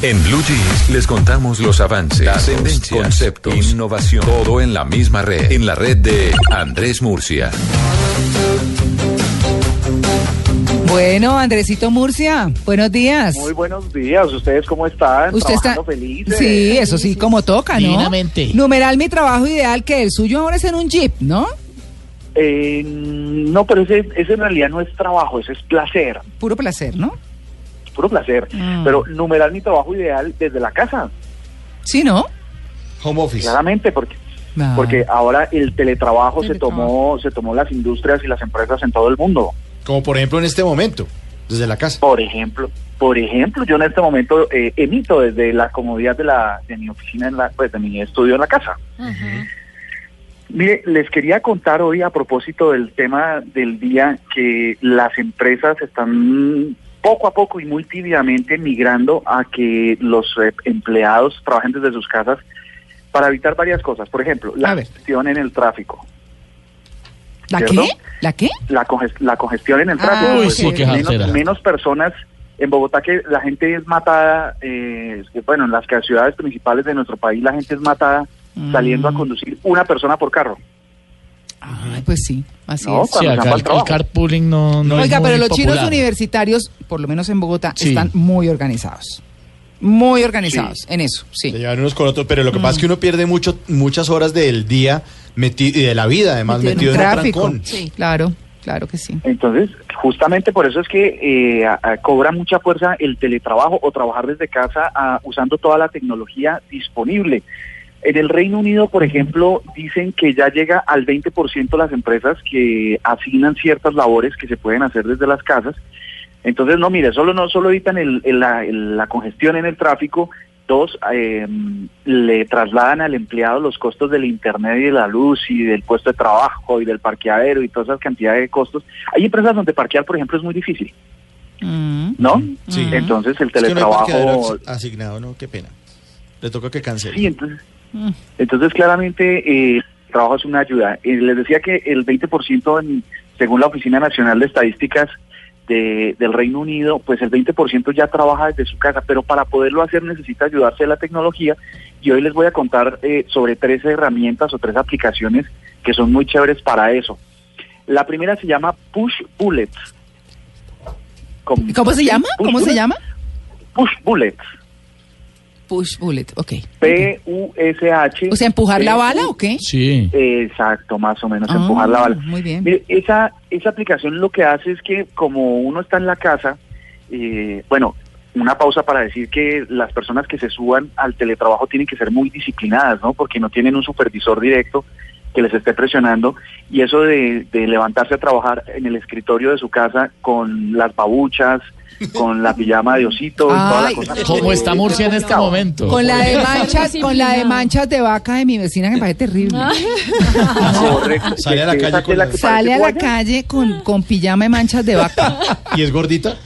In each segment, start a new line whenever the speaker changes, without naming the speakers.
En Blue Jeans les contamos los avances, las tendencias, conceptos, innovación, todo en la misma red, en la red de Andrés Murcia.
Bueno, Andresito Murcia, buenos días.
Muy buenos días, ¿ustedes cómo están?
Usted está
¿Trabajando felices?
Sí, eso sí, como toca, ¿no?
Divinamente.
Numeral mi trabajo ideal que el suyo ahora es en un jeep, ¿no?
Eh, no, pero ese, ese en realidad no es trabajo, ese es placer,
Puro placer, ¿no?
puro placer.
Mm.
Pero numerar mi trabajo ideal desde la casa,
Sí, ¿no?
Home office.
claramente, porque
Ah.
porque ahora el teletrabajo se
Teletrabajo.
tomó se tomó las industrias y las empresas en todo el mundo.
Como por ejemplo en este momento, desde la casa.
Por ejemplo, por ejemplo, yo en este momento eh, emito desde la comodidad de la de mi oficina en la pues de mi estudio en la casa.
Ajá.
Mire, les quería contar hoy a propósito del tema del día que las empresas están poco a poco y muy tibiamente migrando a que los eh, empleados trabajen desde sus casas para evitar varias cosas. Por ejemplo,
A
la
ver.
gestión en el tráfico.
¿La
¿Cierto?
qué? ¿La qué?
La, conges- la congestión en el
Ah,
tráfico.
uy,
pues,
sí, qué
menos,
jartera.
menos personas. En Bogotá que la gente es matada, eh, es que, bueno, en las que- ciudades principales de nuestro país la gente es matada
Mm.
saliendo a conducir una persona por carro.
Ay, pues sí, así
No,
es.
cuando se van para el trabajo.
carpooling no, no
Oiga,
es
pero
muy
los
popular.
chinos universitarios, por lo menos en Bogotá,
Sí.
están muy organizados. Muy organizados en eso, sí.
Se llevan unos con otros, pero lo que pasa es que uno pierde mucho, muchas horas del día meti- y de la vida, además, metido,
Tiene
en, un
tráfico.
trancón.
Sí.
Claro, claro que sí.
Entonces, justamente por eso es que eh, a- a- cobra mucha fuerza el teletrabajo o trabajar desde casa ah, usando toda la tecnología disponible. En el Reino Unido, por ejemplo, dicen que ya llega al 20% las empresas que asignan ciertas labores que se pueden hacer desde las casas. Entonces, no, mire, solo no solo evitan el- el- la, el- la congestión en el tráfico, dos, eh, le trasladan al empleado los costos del internet y de la luz y del puesto de trabajo y del parqueadero y todas esas cantidades de costos. Hay empresas donde parquear, por ejemplo, es muy difícil,
Mm.
¿no?
Sí.
Entonces el
Es que no hay
teletrabajo...
parqueadero as- asignado, no, qué pena. Le toca que cancele.
Sí, entonces,
Mm.
entonces claramente eh, el trabajo es una ayuda. Eh, les decía que el 20%, en- según la Oficina Nacional de Estadísticas de- del Reino Unido, pues el 20% ya trabaja desde su casa, pero para poderlo hacer necesita ayudarse de la tecnología y hoy les voy a contar eh, sobre tres herramientas o tres aplicaciones que son muy chéveres para eso. La primera se llama Push Bullets. Como-
¿Cómo se llama?
Push
¿Cómo se
Bullets.
llama?
Push Bullets.
Push bullet, ok.
P-U-S-H.
O sea, empujar la
P-U-
bala o qué?
Sí.
Exacto, más o menos,
Ah,
empujar la bala.
Muy bien.
Mire, esa, esa aplicación lo que hace es que como uno está en la casa, eh, bueno, una pausa para decir que las personas que se suban al teletrabajo tienen que ser muy disciplinadas, ¿no? Porque no tienen un supervisor directo que les esté presionando y eso de, de levantarse a trabajar en el escritorio de su casa con las babuchas, con la pijama de osito y toda la
Ay,
cosa.
¿cómo está Murcia
en este
No.
momento?
Con la de
Muy
manchas, con la de
disciplinado.
manchas de vaca de mi vecina que me parece terrible.
Correcto.
Sale a la
Que- que
calle
esa
con
tela
las-
que
Sale
parece
a la
guaya.
calle con, con pijama de manchas de vaca.
¿Y es gordita?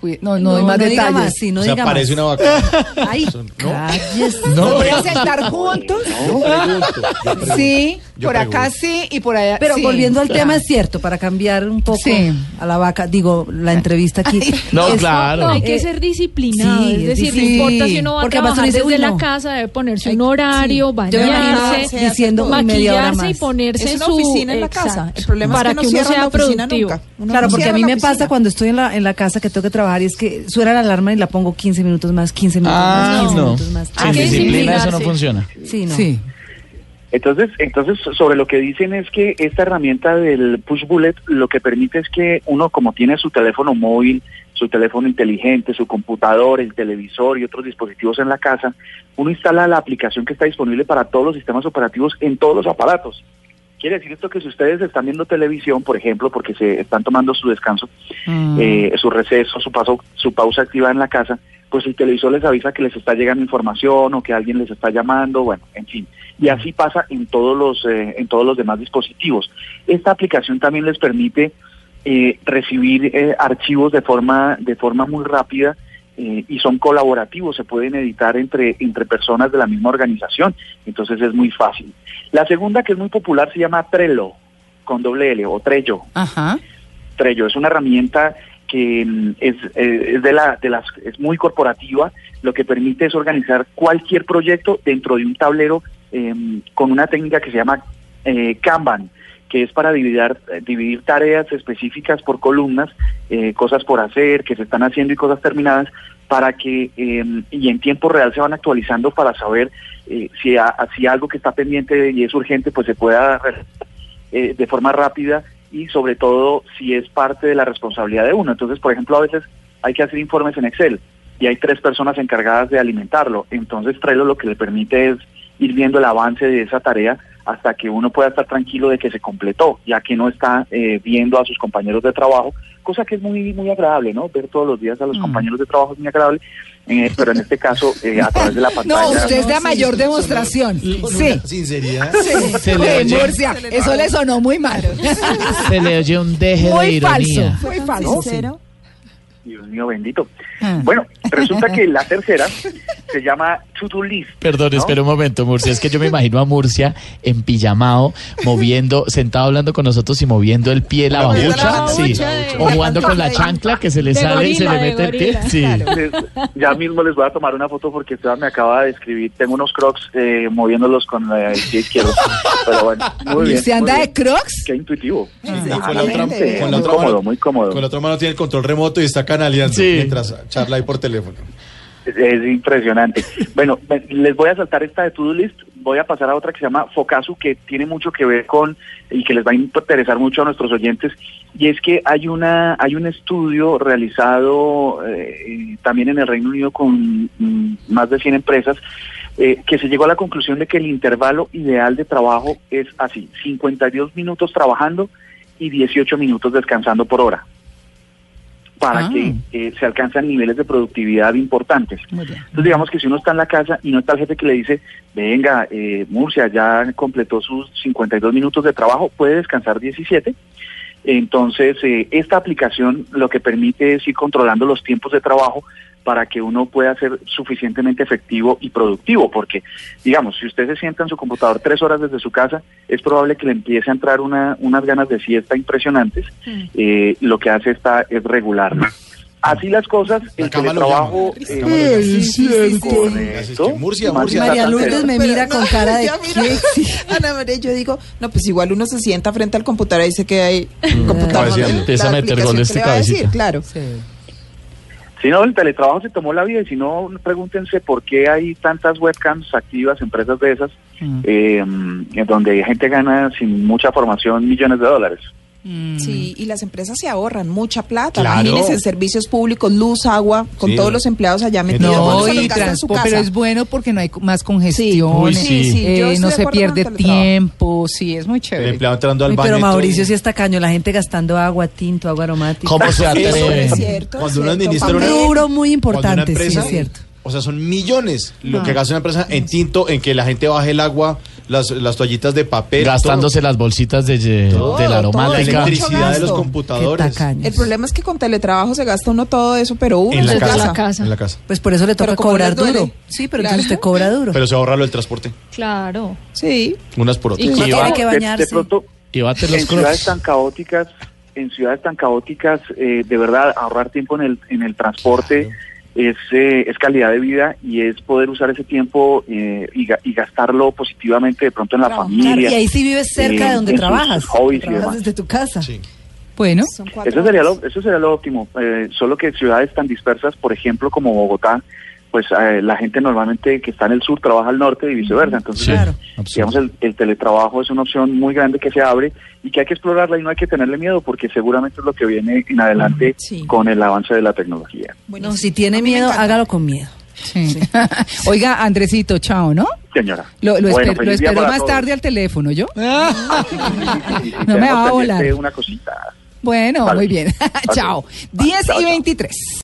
Cuide- No, no, hay más detalles.
sí, no
o sea,
diga
parece
más.
una vaca.
Ay,
Son- ¿no?
cállese.
¿Se
No,
pueden sentar juntos?
Yo pregunto, yo pregunto.
Sí,
Yo
por acá
pregunto.
sí y por allá
Pero
sí.
volviendo al
Claro.
tema, es cierto, para cambiar un poco
Sí.
a la vaca, digo, la entrevista aquí.
No, claro.
Hay que
Eh,
ser disciplinado,
sí,
es decir,
sí.
no importa si uno va
Porque
a trabajar
además uno dice,
desde la
"Uy, no".
casa, debe ponerse un
Ay,
horario,
sí. Yo me imaginaba
bañarse,
diciendo, "Uy, media hora
maquillarse y
más".
ponerse
es una
su
oficina en la casa.
Exacto,
El problema
para
es que,
que,
no
uno
cierran
sea
la oficina
productivo.
nunca. Uno
Claro,
no
porque a
cierra
mí
la
me
oficina.
pasa cuando estoy en la, en la casa que tengo que trabajar y es que suena la alarma y la pongo 15 minutos más, 15 minutos
Ah,
más, 15
no.
minutos más.
Hay que disciplinarse.
funciona.
Sí, no.
Sí.
Entonces, entonces sobre lo que dicen es que esta herramienta del push bullet lo que permite es que uno como tiene su teléfono móvil, su teléfono inteligente, su computador, el televisor y otros dispositivos en la casa, uno instala la aplicación que está disponible para todos los sistemas operativos en todos los aparatos. Quiere decir esto que si ustedes están viendo televisión, por ejemplo, porque se están tomando su descanso, eh, su receso, su paso, su pausa activa en la casa, pues el televisor les avisa que les está llegando información o que alguien les está llamando, bueno, en fin. Y así pasa en todos los, eh, en todos los demás dispositivos. Esta aplicación también les permite eh, recibir eh, archivos de forma, de forma muy rápida eh, y son colaborativos, se pueden editar entre, entre personas de la misma organización, entonces es muy fácil. La segunda que es muy popular se llama Trello, con doble L o Trello.
Ajá.
Trello. Es una herramienta que mm, es, eh, es de la, de las, es muy corporativa, lo que permite es organizar cualquier proyecto dentro de un tablero em, con una técnica que se llama eh, Kanban, que es para dividir, eh, dividir tareas específicas por columnas, eh, cosas por hacer, que se están haciendo y cosas terminadas, para que em, y en tiempo real se van actualizando para saber eh, si, ha- si algo que está pendiente y es urgente, pues se pueda realizar eh, de forma rápida y sobre todo si es parte de la responsabilidad de uno. Entonces, por ejemplo, a veces hay que hacer informes en Excel y hay tres personas encargadas de alimentarlo. Entonces, Trello lo que le permite es ir viendo el avance de esa tarea hasta que uno pueda estar tranquilo de que se completó, ya que no está eh, viendo a sus compañeros de trabajo, cosa que es muy muy agradable, ¿no? Ver todos los días a los
Mm.
compañeros de trabajo es muy agradable, eh, pero en este caso eh, a través de la pantalla.
No, usted es la
sí,
mayor
sí, sí,
demostración.
Con
Sí.
una sinceridad.
Sí,
Se le
Oye,
oye.
Murcia, eso le sonó muy mal.
Se le oye un deje de
Muy falso,
ironía.
muy falso.
Dios mío bendito.
Mm.
Bueno, resulta que la tercera se llama To Do List.
Perdón,
¿no?
espera un momento, Murcia. Es que yo me imagino a Murcia en pijamao, moviendo, sentado hablando con nosotros y moviendo el pie, la
Moviendo
la
babucha. Sí.
babucha de-
O jugando con la chancla que se le
De
sale y se
gorila,
le
de
mete el pie.
gorila.
Sí.
Les- ya mismo les voy a tomar una foto porque Esteban me acaba de escribir. Tengo unos crocs eh, moviéndolos con eh, el pie izquierdo. Pero bueno, muy
Ah, ¿Y
bien.
usted
muy
anda de Mm.
bien.
crocs?
Qué intuitivo.
con la otra-
Excelente.
con la
muy
otra
cómodo,
mano.
muy cómodo.
Con la otra mano tiene el control remoto y está canaleando
Sí.
mientras charla ahí por teléfono.
Es impresionante. Bueno, me- les voy a saltar esta de To-Do List. Voy a pasar a otra que se llama Focasu, que tiene mucho que ver con y que les va a interesar mucho a nuestros oyentes. Y es que hay una hay un estudio realizado eh, también en el Reino Unido con mm, más de 100 empresas eh, que se llegó a la conclusión de que el intervalo ideal de trabajo es así: 52 minutos trabajando y 18 minutos descansando por hora para
Ah.
que eh, se alcanzan niveles de productividad importantes.
Muy bien.
Entonces, digamos que si uno está en la casa y no está el jefe que le dice, venga, eh, Murcia ya completó sus 52 minutos de trabajo, puede descansar 17. Entonces, eh, esta aplicación lo que permite es ir controlando los tiempos de trabajo para que uno pueda ser suficientemente efectivo y productivo, porque, digamos, si usted se sienta en su computador tres horas desde su casa, es probable que le empiece a entrar una- unas ganas de siesta impresionantes, eh, lo que hace esta es regularlo. Así las cosas, el
cama lo
teletrabajo...
llama, la
eh,
cama lo llama.
Sí, sí, sí, sí.
Así es que Murcia, Murcia.
María
María Lourdes
Lourdes
me
Pero
mira
no,
con cara de
ya mira.
¿qué? Ana María, yo digo, no, pues igual uno se sienta frente al computador y dice que hay el
Mm.
computador.
Cabeceando.
la
Empieza a meter
aplicación
goles
que
de
le va a decir,
cabecita.
Claro.
Si no, el teletrabajo se tomó la vida y si no, pregúntense por qué hay tantas webcams activas, empresas de esas,
Mm.
eh, en donde gente gana sin mucha formación millones de dólares.
Mm.
Sí, y las empresas se ahorran mucha plata.
Mm. Claro.
Imagínense en servicios públicos, luz, agua, con
Sí.
todos los empleados allá metidos.
Bueno,
uno
No,
se los
y
gasta en su
transporte,
casa.
pero es bueno porque no hay co- más congestión,
Uy, sí.
Sí, yo
eh,
estoy
no
de
se
acuerdo con
pierde
el teletrabajo.
tiempo, sí, es muy
El
chévere.
empleado entrando al
Uy,
baño.
pero
y todo.
Mauricio sí está caño, la gente gastando agua, tinto, agua aromática.
¿Cómo se
Eso
es
atreve?
cierto,
Cuando
es
uno
cierto.
administra
Un
una,
rubro muy
cuando una
importante, sí,
empresa,
es cierto. Ah.
o sea, son millones lo que gasta una empresa en tinto, en que la gente baje el agua, las, las toallitas de papel,
Gastándose las bolsitas de, de
todo,
de la
todo,
todo, la
aromática.
mucho
electricidad de los
gasto.
Qué
computadores.
tacaño.
El problema es que con teletrabajo se gasta uno todo eso, pero uno
En la
su
casa,
la casa.
En la casa.
Pues por eso le toca
Pero como
cobrar
les duele.
duro. Sí, pero
Claro.
entonces usted cobra duro.
Pero se ahorra lo del transporte,
Claro.
Sí,
unas por otras.
Y-
Uno
y
tiene
va-
que
De-
bañarse.
De, pronto,
Y bate
en
los
ciudades
crocs.
tan caóticas, en ciudades tan caóticas, eh, de verdad, ahorrar tiempo en el, en el transporte es, eh, es calidad de vida y es poder usar ese tiempo eh, y, ga- y gastarlo positivamente de pronto en la
Claro,
familia.
Claro, y ahí sí vives cerca
eh,
de donde
en sus
trabajas.
hobbies y
trabajas
demás.
desde tu casa.
Sí.
Bueno,
son cuatro
Eso sería,
horas.
lo, eso sería lo óptimo. eh, solo que ciudades tan dispersas, por ejemplo, como Bogotá, pues eh, la gente normalmente que está en el sur trabaja al norte y viceversa. Entonces,
Sí,
Claro.
digamos, el, el teletrabajo es una opción muy grande que se abre y que hay que explorarla y no hay que tenerle miedo porque seguramente es lo que viene en adelante
Sí.
con el avance de la tecnología.
Buenísimo.
No, si tiene
A mí me
miedo,
encanta.
hágalo con miedo.
sí. Oiga, Andresito, chao, ¿no?
Señora.
Lo, lo
Bueno,
esper- lo
feliz día
espero
para
más
todos.
tarde al teléfono, ¿yo?
Y
No me
tenemos
va a
pendiente
volar.
Una cosita.
Bueno,
Vale.
muy bien. Chao.
Vale,
10
chao,
y
chao.
23.